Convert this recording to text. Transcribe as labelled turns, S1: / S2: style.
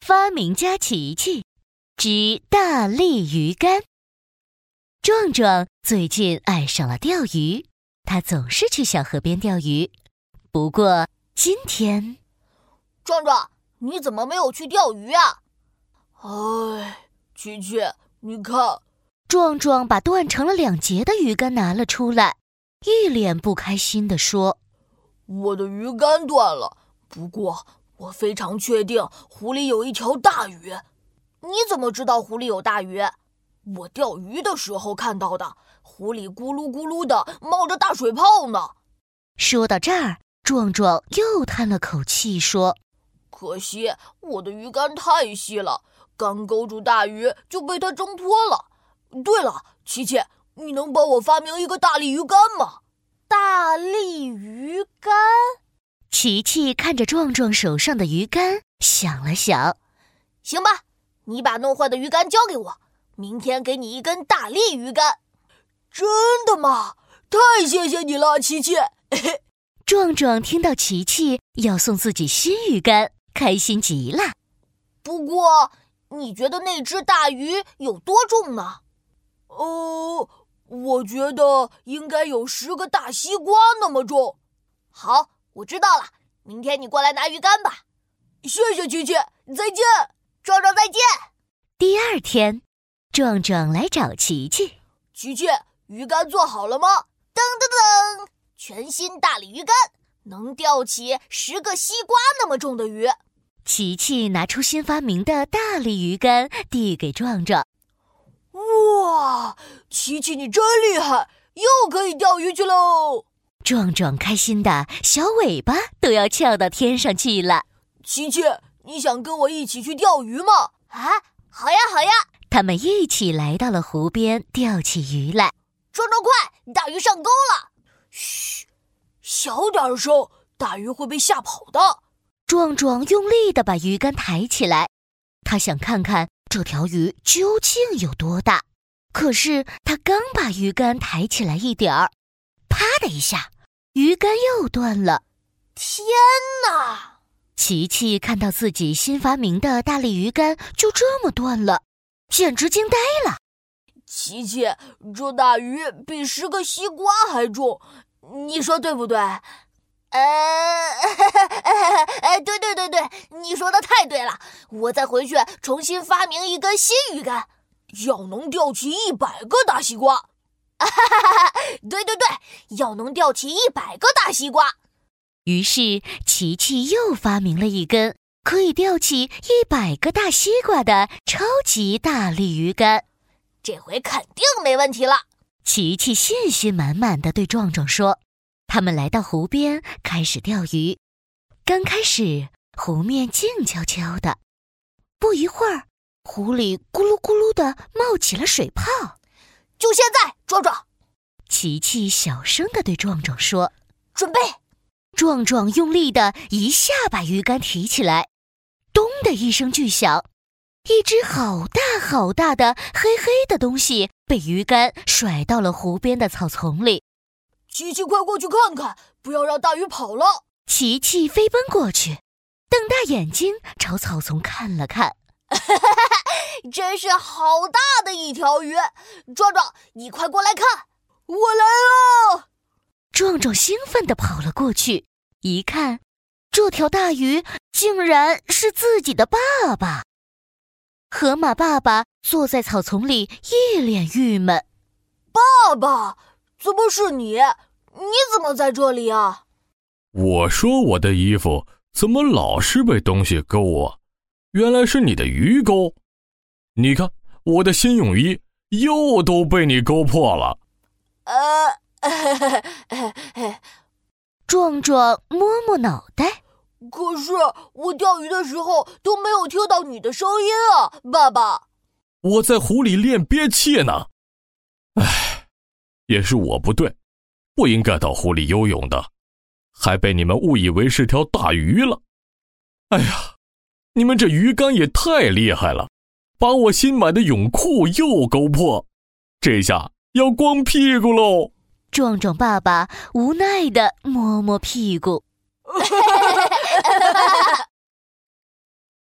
S1: 发明家琪琪之大力鱼竿。壮壮最近爱上了钓鱼，他总是去小河边钓鱼。不过今天，
S2: 壮壮，你怎么没有去钓鱼啊？哎，琪琪，你看，
S1: 壮壮把断成了两截的鱼竿拿了出来，一脸不开心地说
S2: 我的鱼竿断了。不过我非常确定湖里有一条大鱼。你怎么知道湖里有大鱼？我钓鱼的时候看到的，湖里咕噜咕噜的冒着大水泡呢。：“
S1: 说到这儿，壮壮又叹了口气，说
S2: 可惜我的鱼竿太细了，刚勾住大鱼就被它挣脱了。对了，琪琪，你能帮我发明一个大力鱼竿吗？大力鱼竿，：‘
S1: 琪琪看着壮壮手上的鱼竿，想了想，
S2: 行吧，你把弄坏的鱼竿交给我，明天给你一根大力鱼竿。真的吗？太谢谢你了，琪琪。
S1: 壮壮听到琪琪要送自己新鱼竿，开心极了。’
S2: 不过，你觉得那只大鱼有多重呢？哦，我觉得应该有十个大西瓜那么重。好，我知道了，明天你过来拿鱼竿吧。谢谢琪琪，再见，壮壮再见。
S1: 第二天，壮壮来找琪琪。
S2: 琪琪，鱼竿做好了吗？噔噔噔，全新大鲤鱼竿，能钓起十个西瓜那么重的鱼。
S1: 琪琪拿出新发明的大力鱼竿，递给壮壮。
S2: 哇，琪琪你真厉害，又可以钓鱼去喽！
S1: 壮壮开心的小尾巴都要翘到天上去了。
S2: 琪琪，你想跟我一起去钓鱼吗？啊，好呀好呀！
S1: 他们一起来到了湖边，钓起鱼来。
S2: 壮壮快，大鱼上钩了！嘘，小点声，大鱼会被吓跑的。
S1: 壮壮用力的把鱼竿抬起来，他想看看这条鱼究竟有多大。可是他刚把鱼竿抬起来一点儿，啪的一下，鱼竿又断了。
S2: 天哪！
S1: 琪琪看到自己新发明的大力鱼竿就这么断了，简直惊呆了。
S2: 琪琪，这大鱼比十个西瓜还重，你说对不对？呃， 哎，对对对对，你说的太对了，我再回去重新发明一根新鱼竿，要能钓起一百个大西瓜。 对对对，要能钓起一百个大西瓜。
S1: 于是，琪琪又发明了一根可以吊起一百个大西瓜的超级大力鱼竿。
S2: 这回肯定没问题了。
S1: 琪琪信心满满的对壮壮说：“他们来到湖边，开始钓鱼。刚开始，湖面静悄悄的，不一会儿，湖里咕噜咕噜的冒起了水泡。”
S2: 就现在，壮壮，
S1: 琪琪小声的对壮壮说
S2: 准备！：“
S1: 壮壮用力的一下把鱼竿提起来，咚的一声巨响，一只好大好大的黑黑的东西被鱼竿甩到了湖边的草丛里。
S2: 琪琪，快过去看看，不要让大鱼跑了。
S1: 琪琪飞奔过去，瞪大眼睛朝草丛看了看。
S2: 真是好大的一条鱼！壮壮，你快过来看，我来了！
S1: 壮壮兴奋地跑了过去，一看，这条大鱼竟然是自己的爸爸。河马爸爸坐在草丛里，一脸郁闷。
S2: 爸爸，怎么是你？你怎么在这里啊？
S3: 我说我的衣服怎么老是被东西勾啊？原来是你的鱼钩。你看我的新泳衣又都被你勾破了。
S2: 呃，
S1: 壮壮摸摸脑袋，
S2: 可是我钓鱼的时候都没有听到你的声音啊，爸爸。
S3: 我在湖里练憋气呢。唉，也是我不对，不应该到湖里游泳的，还被你们误以为是条大鱼了。哎呀，你们这鱼竿也太厉害了，把我新买的泳裤又勾破，这下要光屁股喽。
S1: 壮壮爸爸无奈地摸摸屁股。